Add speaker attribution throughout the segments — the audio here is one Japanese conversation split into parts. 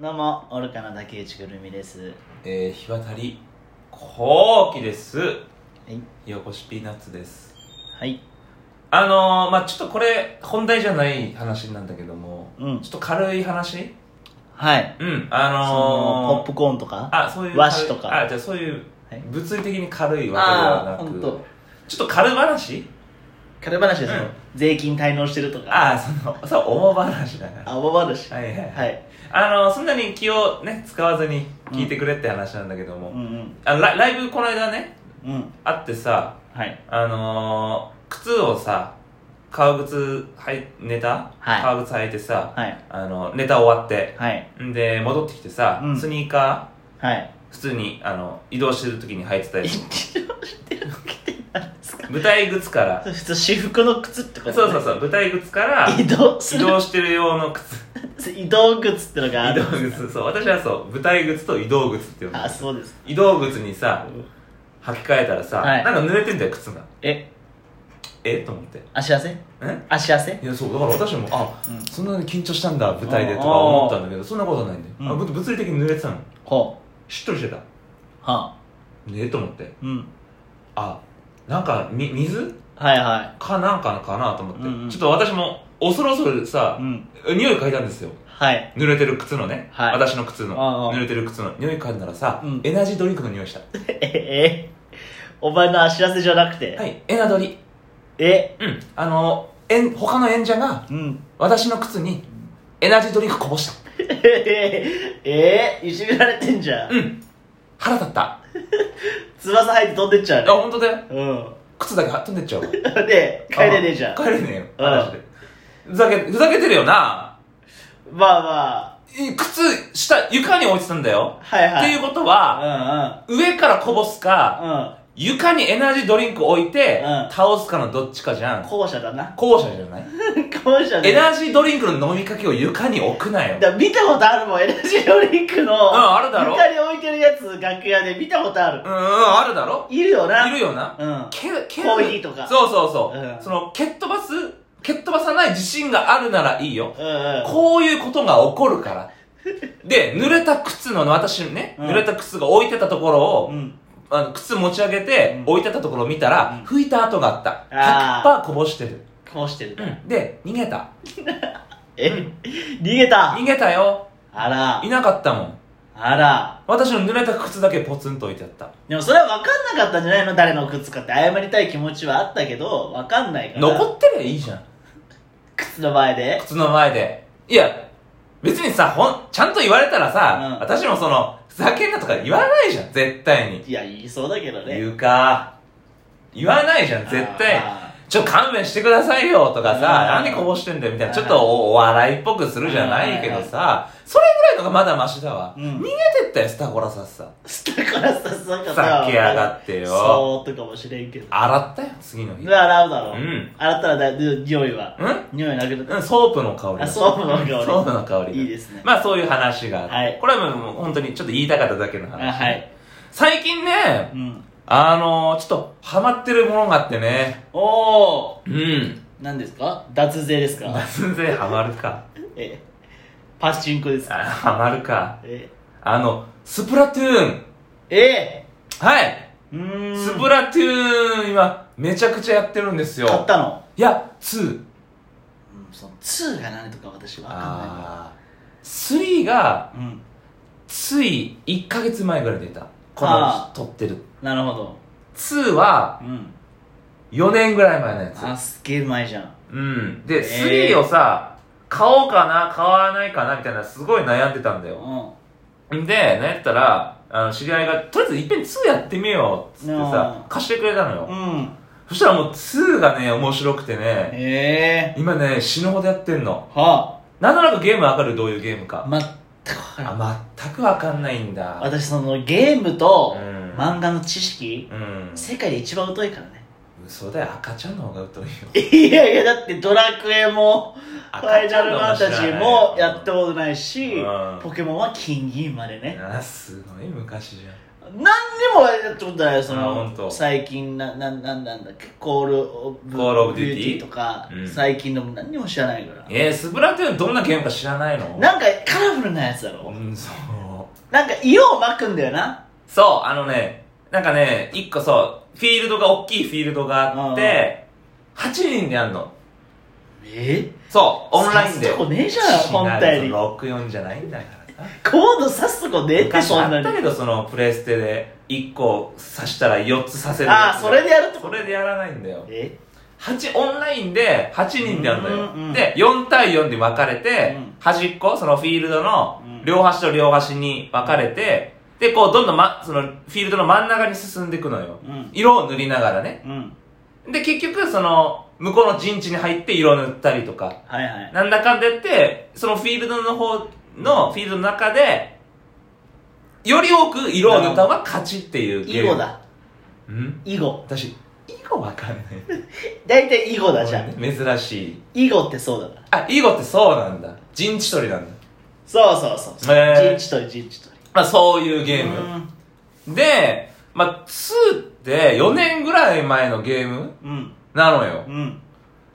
Speaker 1: どうも、愚かな竹内くるみです。
Speaker 2: えー、日渡り後期です
Speaker 1: い
Speaker 2: よこしピーナッツです
Speaker 1: はい。
Speaker 2: あのー、まあちょっとこれ本題じゃない話なんだけども
Speaker 1: うん
Speaker 2: ちょ。っと軽い話
Speaker 1: はい。
Speaker 2: う
Speaker 1: そ
Speaker 2: んあ
Speaker 1: の、ポ
Speaker 2: のー、
Speaker 1: ップコーンとか
Speaker 2: あそういう
Speaker 1: 和紙とか
Speaker 2: あじゃあそういう
Speaker 1: はい
Speaker 2: 物理的に軽いわけで
Speaker 1: あ
Speaker 2: は
Speaker 1: あー、
Speaker 2: な
Speaker 1: ほん
Speaker 2: く
Speaker 1: と。
Speaker 2: ちょっと軽い話
Speaker 1: 軽い話ですよ、
Speaker 2: うん
Speaker 1: 税金滞納してるとか。
Speaker 2: ああそのそう大話だから
Speaker 1: あ、わばるし。
Speaker 2: はいはい、、
Speaker 1: はいい。
Speaker 2: あのー、そんなに気をね使わずに聞いてくれって話なんだけども、
Speaker 1: うんうん。
Speaker 2: あのラライブこの間ね
Speaker 1: うん。
Speaker 2: あってさ
Speaker 1: はい。
Speaker 2: あのー、靴をさ革靴はい寝た、
Speaker 1: はい
Speaker 2: 革靴履いてさ、
Speaker 1: はい。
Speaker 2: あのネタ終わって
Speaker 1: はい。
Speaker 2: んで戻ってきてさ、
Speaker 1: うん
Speaker 2: スニーカ
Speaker 1: はい。
Speaker 2: ー普通にあの移動してる時に履いてたやつ
Speaker 1: 一応してるわけでなんですか
Speaker 2: 舞台靴から
Speaker 1: 普通、私服の靴ってこ
Speaker 2: そう
Speaker 1: と、
Speaker 2: そうそう舞台靴から
Speaker 1: 移動す
Speaker 2: 移
Speaker 1: る。
Speaker 2: 動してる用の靴
Speaker 1: 移動靴ってのがあ
Speaker 2: 移
Speaker 1: る
Speaker 2: 動。靴そう私はそう舞台靴と移動靴って呼ぶ
Speaker 1: あ、そうです。
Speaker 2: 移動靴にさ履き替えたらさ、
Speaker 1: はい
Speaker 2: なんか濡れてんだよ靴が
Speaker 1: え、
Speaker 2: えと思って
Speaker 1: 足汗
Speaker 2: え
Speaker 1: 足汗
Speaker 2: いやそうだから私もあ
Speaker 1: うん。
Speaker 2: そんなに緊張したんだ舞台でとか思ったんだけどそんなことないんだよ、
Speaker 1: うん
Speaker 2: あぶ物理的に濡れてたの
Speaker 1: ほ
Speaker 2: しっとりしてたね
Speaker 1: う。はあ。
Speaker 2: えと思って
Speaker 1: うん。
Speaker 2: あなんかみ水
Speaker 1: はいは
Speaker 2: かなんかかなと思って、
Speaker 1: うんうん
Speaker 2: ちょっと私も恐る恐る
Speaker 1: い。
Speaker 2: さ
Speaker 1: う、ん。
Speaker 2: 匂い嗅いだんですよ
Speaker 1: はい。
Speaker 2: 濡れてる靴のね、
Speaker 1: はい
Speaker 2: 私の靴
Speaker 1: ああ
Speaker 2: の濡れてる靴の匂い嗅いだらさ、
Speaker 1: うん
Speaker 2: エナジードリンクの匂いした
Speaker 1: ええお前の足痩せじゃなくて、
Speaker 2: はいエナドリ
Speaker 1: え
Speaker 2: うんあのえん他の演者が
Speaker 1: うん
Speaker 2: 私の靴にエナジードリンクこぼした
Speaker 1: ええええいじめられてんじゃん、
Speaker 2: うん腹立ったあ
Speaker 1: 翼入って飛んでっちゃうね
Speaker 2: 本当だよ
Speaker 1: う
Speaker 2: 靴だけ飛んでっちゃうわ
Speaker 1: ん で帰れねえじゃん
Speaker 2: 帰れねえよ
Speaker 1: うん
Speaker 2: マジでふざけふざけてるよな
Speaker 1: まあま
Speaker 2: い靴下床に置いてたんだよ
Speaker 1: あ、はい
Speaker 2: っ
Speaker 1: は
Speaker 2: て
Speaker 1: い
Speaker 2: いうことは上からこぼすか
Speaker 1: うんうんうん
Speaker 2: 床にエナジードリンク置いて
Speaker 1: うん
Speaker 2: 倒すかのどっちかじゃん
Speaker 1: 後者だな
Speaker 2: 後者じゃない
Speaker 1: 後者だ
Speaker 2: エ
Speaker 1: よ
Speaker 2: ナジードリンクの飲みかけを床に置くなよ
Speaker 1: だから見たことあるもんエナジードリンクの
Speaker 2: うんあるだろ
Speaker 1: 床に置いてるやつ楽屋で見たことある
Speaker 2: うんうんあるだろ
Speaker 1: いるよない
Speaker 2: るよな
Speaker 1: うん
Speaker 2: けけ
Speaker 1: コーヒーとか
Speaker 2: そうそうそう、
Speaker 1: うん
Speaker 2: その蹴っ飛ばす蹴っ飛ばさない自信があるならいいよ
Speaker 1: うんうん
Speaker 2: こういうことが起こるから。で、濡れた靴の、私ね、
Speaker 1: うん
Speaker 2: 濡れた靴が置いてたところを、
Speaker 1: うん
Speaker 2: あの靴持ち上げて
Speaker 1: う、ん
Speaker 2: 置いてたところを見たら、
Speaker 1: うん
Speaker 2: 拭いた跡があっ
Speaker 1: あ
Speaker 2: た。100%こぼしてる。
Speaker 1: こうしてる
Speaker 2: うん。で、逃げた。
Speaker 1: え
Speaker 2: うん
Speaker 1: 逃げた
Speaker 2: 逃げたよ。
Speaker 1: あら
Speaker 2: いなかったもん。
Speaker 1: あら
Speaker 2: 私の濡れた靴だけポツンと置いてあった。
Speaker 1: でもそれは分かんなかったんじゃないの誰の靴かって謝りたい気持ちはあったけど分かんないから
Speaker 2: 残ってりゃいいじゃん。
Speaker 1: 靴の前で
Speaker 2: 靴の前で。いや、別にさ、ほん、ちゃんと言われたらさ、
Speaker 1: うん
Speaker 2: 私もその、ふざけんなとか言わないじゃん、絶対に。
Speaker 1: いや言いそうだけどね
Speaker 2: 言うか。言わないじゃん、絶対。
Speaker 1: あ
Speaker 2: ちょ、勘弁してくださいよとかさ、
Speaker 1: うん
Speaker 2: 何こぼしてんだよみたい
Speaker 1: う
Speaker 2: な、
Speaker 1: ん
Speaker 2: ちょっとおお笑いっぽくするじゃないけどさ、それぐらいのがまだマシだわ。
Speaker 1: ーう
Speaker 2: 逃
Speaker 1: ん
Speaker 2: げてったよ、スタコラサスさ。
Speaker 1: スタコラさそうか
Speaker 2: さっきやがってよ。
Speaker 1: そうとかもしれんけど
Speaker 2: 洗ったよ、次の日。うん
Speaker 1: で洗うだろ、
Speaker 2: うん
Speaker 1: 洗ったらだ匂いは匂いなくなっ
Speaker 2: うん、ソープの香りだ。
Speaker 1: あソープの香り
Speaker 2: ソープの香
Speaker 1: た
Speaker 2: りだ。
Speaker 1: いいですね
Speaker 2: まあそういう話があって、
Speaker 1: はい
Speaker 2: これはもう本当にちょっと言いたかっただけの話。
Speaker 1: あはい
Speaker 2: 最近ね
Speaker 1: う、ん
Speaker 2: あのー、ちょっとハマってるものがあってね、
Speaker 1: おお
Speaker 2: うん。
Speaker 1: 何ですか脱税ですか
Speaker 2: 脱税ハマるか。
Speaker 1: えパチンコですか
Speaker 2: あハマるか。
Speaker 1: え
Speaker 2: あの、スプラトゥーン。
Speaker 1: え
Speaker 2: はい。
Speaker 1: うーん
Speaker 2: スプラトゥーン今めちゃくちゃやってるんですよ
Speaker 1: 買ったの
Speaker 2: いや2
Speaker 1: うんその2が何とか私分かんないから
Speaker 2: あー3が
Speaker 1: うん、
Speaker 2: つい1ヶ月前ぐらいに出たこ
Speaker 1: あ
Speaker 2: の撮ってる
Speaker 1: なるほど。
Speaker 2: 2は
Speaker 1: うん。
Speaker 2: 4年ぐらい前のやつ
Speaker 1: あ、すげえうまいじゃん。
Speaker 2: うんで
Speaker 1: えー
Speaker 2: 3をさ買おうかな買わないかなみたいなすごい悩んでたんだ
Speaker 1: う
Speaker 2: よ
Speaker 1: ん。
Speaker 2: で悩んでたらあの知り合いがとりあえずいっぺん2やってみようっつって
Speaker 1: う
Speaker 2: さ
Speaker 1: ん
Speaker 2: 貸してくれたのよ、
Speaker 1: うん。
Speaker 2: そしたらもう2がね面白くてね
Speaker 1: ええ
Speaker 2: 今ね死ぬほどやってんの
Speaker 1: ー。は
Speaker 2: なんとなくゲームわかるどういうゲーム
Speaker 1: あ。
Speaker 2: か。
Speaker 1: まったくわからん。
Speaker 2: あ、全くわかんないんだ。
Speaker 1: 私、そのゲームと
Speaker 2: うん
Speaker 1: 漫画の知識、
Speaker 2: うん。
Speaker 1: 世界で一番疎いからね。
Speaker 2: 嘘だよ、赤ちゃんの方が疎いよ。
Speaker 1: いやいや、だってドラクエも、 ファ
Speaker 2: 赤
Speaker 1: イ
Speaker 2: ち
Speaker 1: ナ
Speaker 2: ゃん
Speaker 1: ル
Speaker 2: の
Speaker 1: ファ
Speaker 2: 方が
Speaker 1: ン
Speaker 2: 知
Speaker 1: タ
Speaker 2: らな
Speaker 1: ジ
Speaker 2: い
Speaker 1: ーもやったことないし
Speaker 2: う、ん
Speaker 1: ポケモンは金銀までね。
Speaker 2: あ、すごい昔じゃん。
Speaker 1: 何にもやったことないそ
Speaker 2: あ本
Speaker 1: の
Speaker 2: 当
Speaker 1: 最近なななんなんだっけコールオブ
Speaker 2: コールオブデューティー
Speaker 1: とか、
Speaker 2: うん
Speaker 1: 最近のも何にも知らないから
Speaker 2: えー、スプラトゥーンどんなゲームか知らないの
Speaker 1: なんかカラフルなやつだろ、
Speaker 2: うん、そう。
Speaker 1: なんか色をまくんだよな
Speaker 2: そう、あのね、なんかね、一個そう、フィールドが、大きいフィールドがあって、8人でやんの。
Speaker 1: え
Speaker 2: そう、オンラインで。
Speaker 1: 刺すとこねえじゃん本体にコ
Speaker 2: 64じゃないんだからさ。
Speaker 1: ード刺すとこねえって
Speaker 2: 昔
Speaker 1: そん
Speaker 2: あ
Speaker 1: な
Speaker 2: っ
Speaker 1: に
Speaker 2: たけど、そのプレステで、1個刺したら4つ刺せるやつ
Speaker 1: ああそれでやるってこ
Speaker 2: そ
Speaker 1: と
Speaker 2: れでやらないんだよ。
Speaker 1: え
Speaker 2: 8、オンラインで8人でやるのよ。
Speaker 1: うんうん
Speaker 2: で、4対4で分かれて、
Speaker 1: うん
Speaker 2: 端っこ、そのフィールドの
Speaker 1: うん
Speaker 2: 両端と両端に分かれて、で、こう、どんどんま、その、フィールドの真ん中に進んでいくのよ。
Speaker 1: うん
Speaker 2: 色を塗りながらね。
Speaker 1: うん
Speaker 2: で、結局、その、向こうの陣地に入って色を塗ったりとか、
Speaker 1: はいはい
Speaker 2: なんだかんだやって、そのフィールドの方の、フィールドの中で、より多く色を塗った方が勝ちっていうゲ
Speaker 1: 囲
Speaker 2: ーム。
Speaker 1: 碁。だ
Speaker 2: うん
Speaker 1: 囲碁
Speaker 2: 私、囲碁わかんない。
Speaker 1: 大体囲碁だじゃん
Speaker 2: 珍しい。
Speaker 1: 囲碁ってそうだから
Speaker 2: あ、囲碁ってそうなんだ。陣地取りなんだ。
Speaker 1: そうそうそうそう、
Speaker 2: へー
Speaker 1: 陣地取り陣地取り
Speaker 2: まあそういうゲーム。
Speaker 1: ム
Speaker 2: で、まあ2って4年ぐらい前のゲーム
Speaker 1: うん
Speaker 2: なのよ
Speaker 1: う。ん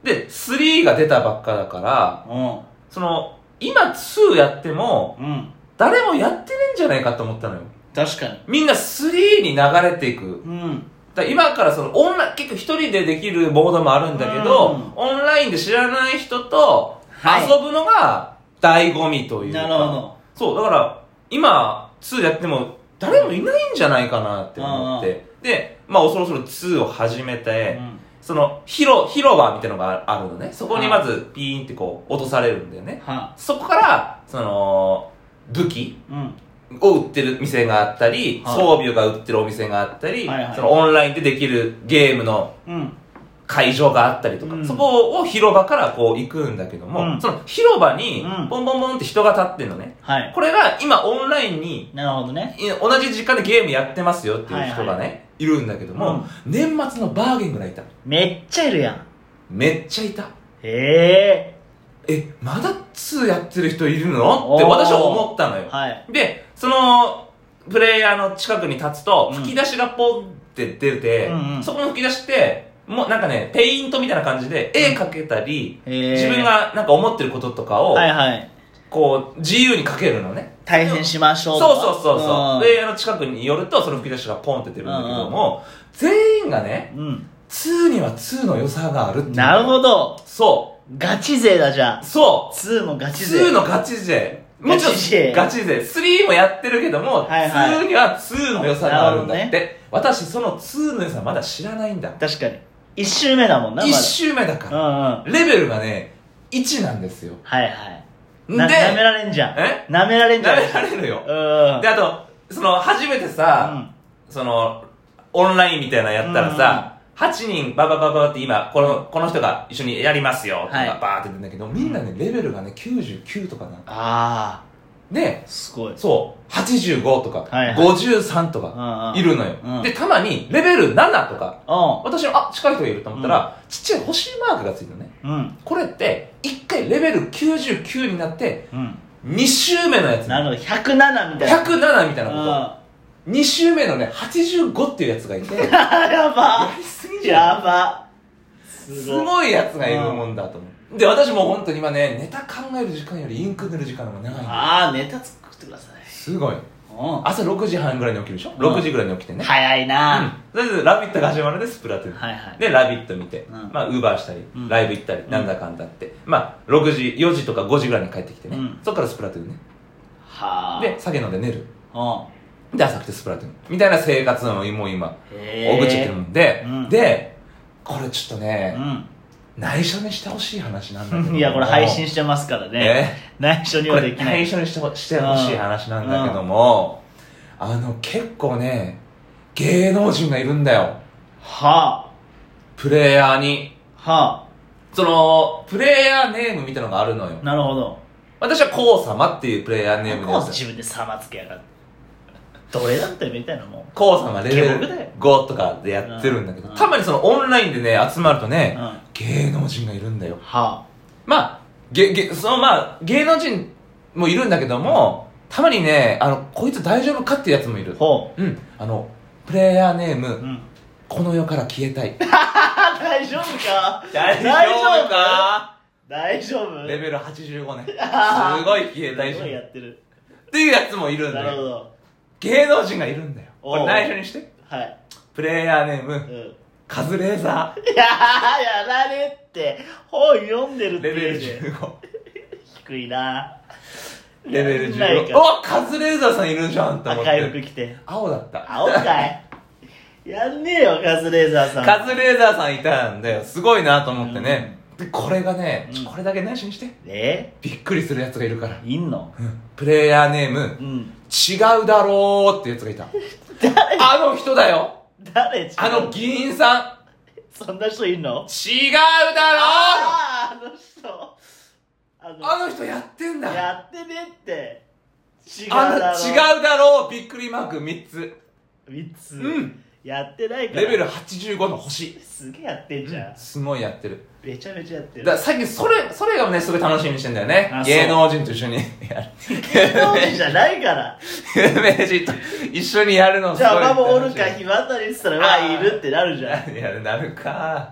Speaker 2: で、3が出たばっかだから、
Speaker 1: うん
Speaker 2: その、今2やっても、
Speaker 1: うん
Speaker 2: 誰もやってねえんじゃないかと思ったのよ。
Speaker 1: 確かに
Speaker 2: みんな3に流れていく。
Speaker 1: うん
Speaker 2: だから今からその、オンライン、結構一人でできるボードもあるんだけ
Speaker 1: う
Speaker 2: ど
Speaker 1: ん、
Speaker 2: オンラインで知らない人と
Speaker 1: はい
Speaker 2: 遊ぶのが醍醐味というか。
Speaker 1: なるほど
Speaker 2: そう、だから、今、2やっても、誰もいないんじゃないかなって思って。で、まあ、そろそろ2を始め
Speaker 1: う
Speaker 2: て、
Speaker 1: ん
Speaker 2: その、広、広場みたいなのがああるのね。そこにまず、ピーンってこう、落とされるんだよね。
Speaker 1: は
Speaker 2: そこから、その、武器
Speaker 1: うん
Speaker 2: を売ってる店があったり、
Speaker 1: はい
Speaker 2: 装備が売ってるお店があったり、
Speaker 1: はいはい
Speaker 2: そのオンラインでできるゲームの
Speaker 1: うん
Speaker 2: 会場があったりとか、
Speaker 1: うん
Speaker 2: そこを広場からこう行くんだけども、
Speaker 1: うん
Speaker 2: その広場に
Speaker 1: うん、
Speaker 2: ボンボンボンって人が立ってんのね。
Speaker 1: はい
Speaker 2: これが今オンラインに
Speaker 1: なるほどね
Speaker 2: いや同じ時間でゲームやってますよっていう人がね、
Speaker 1: はい
Speaker 2: るんだけども、年末のバーゲンぐらいいた
Speaker 1: めっちゃいるやん
Speaker 2: めっちゃいた
Speaker 1: へ
Speaker 2: えまだ2やってる人いるのって
Speaker 1: おー
Speaker 2: 私は思ったの
Speaker 1: え
Speaker 2: よ
Speaker 1: はい
Speaker 2: でそのプレイヤーの近くに立つと
Speaker 1: うん
Speaker 2: 吹き出しがポンって出て、
Speaker 1: うんうん
Speaker 2: そこの吹き出しってもうなんかねペイントみたいな感じで絵描けたり、
Speaker 1: へえ
Speaker 2: 自分がなんか思ってることとかを、
Speaker 1: はいはい
Speaker 2: こう自由に描けるのね
Speaker 1: 対戦しましょ
Speaker 2: そうう
Speaker 1: とか
Speaker 2: そうそうそう。
Speaker 1: ん
Speaker 2: で、あの近くに寄ると、その吹き出しがポンって出るんだけども、全員がね、
Speaker 1: うん
Speaker 2: 2には2の良さがあるっていう。
Speaker 1: なるほど
Speaker 2: そ
Speaker 1: ガチ勢だじゃ
Speaker 2: う。
Speaker 1: あ
Speaker 2: そ
Speaker 1: 2もガ
Speaker 2: う。
Speaker 1: チ勢
Speaker 2: 2のガチ勢。もちろん、
Speaker 1: ガチ勢
Speaker 2: ガチ勢。3もやってるけども、
Speaker 1: はいはい
Speaker 2: 2には2の良さがあるんだ
Speaker 1: なるほ
Speaker 2: って。私、その2の良さまだ知らないんだ。
Speaker 1: 確かに1周目だもんなま
Speaker 2: 1
Speaker 1: だ
Speaker 2: 周目だ
Speaker 1: う
Speaker 2: か
Speaker 1: んうん
Speaker 2: ら。レベルがね、1なんですよ。
Speaker 1: はいはい
Speaker 2: で、
Speaker 1: な舐められんじゃん
Speaker 2: え
Speaker 1: 舐められん
Speaker 2: 慣
Speaker 1: じゃん
Speaker 2: れられるよ。
Speaker 1: うん
Speaker 2: で、あと、その、初めてさ、
Speaker 1: うん
Speaker 2: その、オンラインみたいなのやったらさ、8人ババババって今、この、この人が一緒にやりますよ、とか
Speaker 1: はい
Speaker 2: バーって出るんだけど、みんなね、レベルがね、99とかなんか。
Speaker 1: あ
Speaker 2: で、
Speaker 1: あすごい
Speaker 2: そう、85とか、
Speaker 1: はいはい
Speaker 2: 53とか、い
Speaker 1: る
Speaker 2: るのよ、
Speaker 1: うん
Speaker 2: で、たまに、レベル7とか、
Speaker 1: う
Speaker 2: 私の、あ、近い人がいると思ったら、ちっちゃい星マークがついてるのね。
Speaker 1: んうん
Speaker 2: これって、一回レベル99になって、
Speaker 1: うん
Speaker 2: 2周目のやつ。
Speaker 1: なるほど107みたいな
Speaker 2: 107みたいなこと。
Speaker 1: あ
Speaker 2: 2周目のね、85っていうやつがいて、や
Speaker 1: あ やば
Speaker 2: りすぎじゃん。
Speaker 1: やば
Speaker 2: す
Speaker 1: すごい
Speaker 2: ごいやつがいるもんだと思う。で、私もう本当に今ね、ネタ考える時間よりインク塗る時間の方が長いんだよ
Speaker 1: ああネタ作ってください
Speaker 2: すごい。
Speaker 1: う
Speaker 2: 朝6時半ぐらいに起きるでしょ
Speaker 1: ん
Speaker 2: ?6 時ぐらいに起きて
Speaker 1: ん
Speaker 2: ね。
Speaker 1: 早いな
Speaker 2: うん。とりあえず、ラビットが始まるで、スプラトゥーン。
Speaker 1: はいはい
Speaker 2: で、ラビット見て、
Speaker 1: うん
Speaker 2: まあ、ウーバーしたり
Speaker 1: う、ん
Speaker 2: ライブ行ったり、
Speaker 1: ん
Speaker 2: なんだかんだって。まあ、6時、4時とか5時ぐらいに帰ってきてね
Speaker 1: うん。
Speaker 2: そっからスプラトゥーンね。
Speaker 1: はあ
Speaker 2: で、酒飲んで寝る。
Speaker 1: う
Speaker 2: で、朝来てスプラトゥーン。みたいな生活のもう今、
Speaker 1: ん
Speaker 2: 大口言ってるもんで
Speaker 1: う、ん
Speaker 2: で、これちょっと
Speaker 1: え
Speaker 2: ね、
Speaker 1: ー
Speaker 2: 内緒にしてほしい話なんだけ
Speaker 1: う
Speaker 2: ど
Speaker 1: ん
Speaker 2: も。
Speaker 1: いやこれ配信してますからね
Speaker 2: ね。
Speaker 1: 内緒に
Speaker 2: こ
Speaker 1: は
Speaker 2: れ
Speaker 1: できな
Speaker 2: 内
Speaker 1: い
Speaker 2: 緒にしてほしてほしい話なんだけども、あの、結構ね、芸能人がいるんだよ。
Speaker 1: は
Speaker 2: プレイヤーに。
Speaker 1: あは
Speaker 2: その、プレイヤーネームみたいのがあるのよ
Speaker 1: あ。なるほど
Speaker 2: 私はコウ様っていうプレイヤーネーム
Speaker 1: こう
Speaker 2: です。
Speaker 1: 自分で様つけやがってどれだってみたいなもん
Speaker 2: コウ様レベ
Speaker 1: 下僕だよ
Speaker 2: ル5とかでやってるんだけど、
Speaker 1: うん
Speaker 2: たまにそのオンラインでね、集まると
Speaker 1: うん
Speaker 2: ね、
Speaker 1: は
Speaker 2: 芸能人がいるんだよ。
Speaker 1: あ
Speaker 2: まあ、げ、げ、そのまあ、芸能人もいるんだけども、たまにねあのこいつ大丈夫かっていうやつもいる
Speaker 1: ほ
Speaker 2: うんあのプレイヤーネーム、
Speaker 1: う、うん、
Speaker 2: この世から消えたい
Speaker 1: あ大丈夫か
Speaker 2: 大
Speaker 1: 丈夫
Speaker 2: か
Speaker 1: 大丈夫
Speaker 2: レベル85ね
Speaker 1: あー
Speaker 2: すごい消えたい
Speaker 1: す
Speaker 2: し
Speaker 1: ごいや
Speaker 2: っ
Speaker 1: ってる
Speaker 2: ていうやつもいるん
Speaker 1: な
Speaker 2: だ
Speaker 1: るほ
Speaker 2: よ
Speaker 1: ど
Speaker 2: 芸能人がいるんだよこ
Speaker 1: お
Speaker 2: れ
Speaker 1: う
Speaker 2: 内緒にして
Speaker 1: はい、
Speaker 2: プレイヤーネー
Speaker 1: うん、
Speaker 2: ム
Speaker 1: い
Speaker 2: カズレー ザー
Speaker 1: やーやられって本読んでるって
Speaker 2: レベル
Speaker 1: いうね
Speaker 2: 15
Speaker 1: 低いな
Speaker 2: レベル
Speaker 1: やんない
Speaker 2: 15
Speaker 1: か
Speaker 2: おカズレーザーさんいるじゃんって思っ
Speaker 1: 赤い
Speaker 2: て
Speaker 1: 服着て
Speaker 2: 青だった
Speaker 1: 青かいやんねえよカズレーザーさん
Speaker 2: カズレーザーさんいたんで、すごいなと思ってね。で、これがね、
Speaker 1: うん
Speaker 2: ちょこれだけ内緒にして。
Speaker 1: え
Speaker 2: びっくりするやつがいるから。
Speaker 1: いんの
Speaker 2: うんプレイヤーネーム
Speaker 1: う、ん
Speaker 2: 違うだろうってやつがいた。あの人だよ
Speaker 1: 誰
Speaker 2: あの議員さ
Speaker 1: そんな人いんの
Speaker 2: ん違うだろ
Speaker 1: あーあの人あ
Speaker 2: うあの人やってんだ
Speaker 1: やってねって違う
Speaker 2: あの
Speaker 1: だろ
Speaker 2: 違うだろうびっくりマーク3つ。
Speaker 1: 3つ、
Speaker 2: うん
Speaker 1: やってないから
Speaker 2: レベル85の星。
Speaker 1: すげえやってんじゃん、
Speaker 2: すごいやってる。
Speaker 1: めちゃめちゃやって
Speaker 2: だ
Speaker 1: る
Speaker 2: から最近それ、それがね、すごい楽しみにしてんだよね
Speaker 1: あ。そう
Speaker 2: 芸能人と一緒に やる。
Speaker 1: 芸能人じゃない から
Speaker 2: 有名人と一緒にやるのす
Speaker 1: じ
Speaker 2: ごい
Speaker 1: ゃあママおる
Speaker 2: 楽しみ
Speaker 1: か暇あたりっつったらま
Speaker 2: あ
Speaker 1: あ
Speaker 2: ー
Speaker 1: いるってなるじ ゃん
Speaker 2: いやなる
Speaker 1: な
Speaker 2: か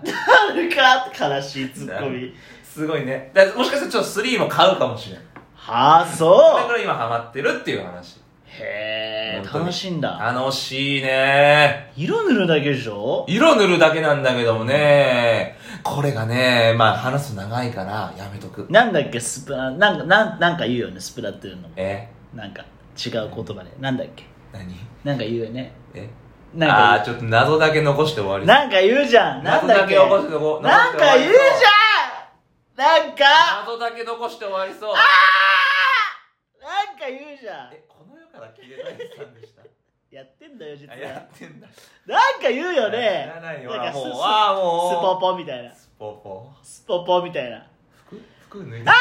Speaker 1: るかって悲しいツッコミ
Speaker 2: すごいねだからもしかしたらちょっと3も買うかもしれん
Speaker 1: はあ
Speaker 2: それぐ
Speaker 1: そう
Speaker 2: らい今ハマってるっていう話
Speaker 1: へえ
Speaker 2: 本当に
Speaker 1: 楽しいんだ
Speaker 2: 楽しいね
Speaker 1: 色塗るだけでしょ
Speaker 2: 色塗るだけなんだけどもねこれがねまあ話すと長いからやめとく
Speaker 1: なんだっけスプラなんかなんなんか言うよねスプラっていうのも
Speaker 2: え
Speaker 1: なんか違う言葉でなんだっけ
Speaker 2: 何
Speaker 1: なんか言うよね
Speaker 2: え
Speaker 1: なんか
Speaker 2: あ
Speaker 1: 言
Speaker 2: あーちょっと謎だけ残して終わ
Speaker 1: う
Speaker 2: り
Speaker 1: なんか言うじゃんなんだ
Speaker 2: 謎だ
Speaker 1: っ
Speaker 2: け
Speaker 1: け
Speaker 2: 残しておこう
Speaker 1: なんか言うじゃんなんか
Speaker 2: 謎だけ残して終わりそう
Speaker 1: なんか言うじゃん
Speaker 2: えこの世から消えないさんでした
Speaker 1: やってんだよ実
Speaker 2: あ
Speaker 1: は
Speaker 2: やってんだ
Speaker 1: なんか言うよ
Speaker 2: 知
Speaker 1: ね
Speaker 2: らないよ
Speaker 1: なんか
Speaker 2: もう
Speaker 1: スス
Speaker 2: あーも
Speaker 1: ス
Speaker 2: う
Speaker 1: ポポみたいな
Speaker 2: スポポ
Speaker 1: スポポみたいな
Speaker 2: 服服脱い
Speaker 1: あ
Speaker 2: だ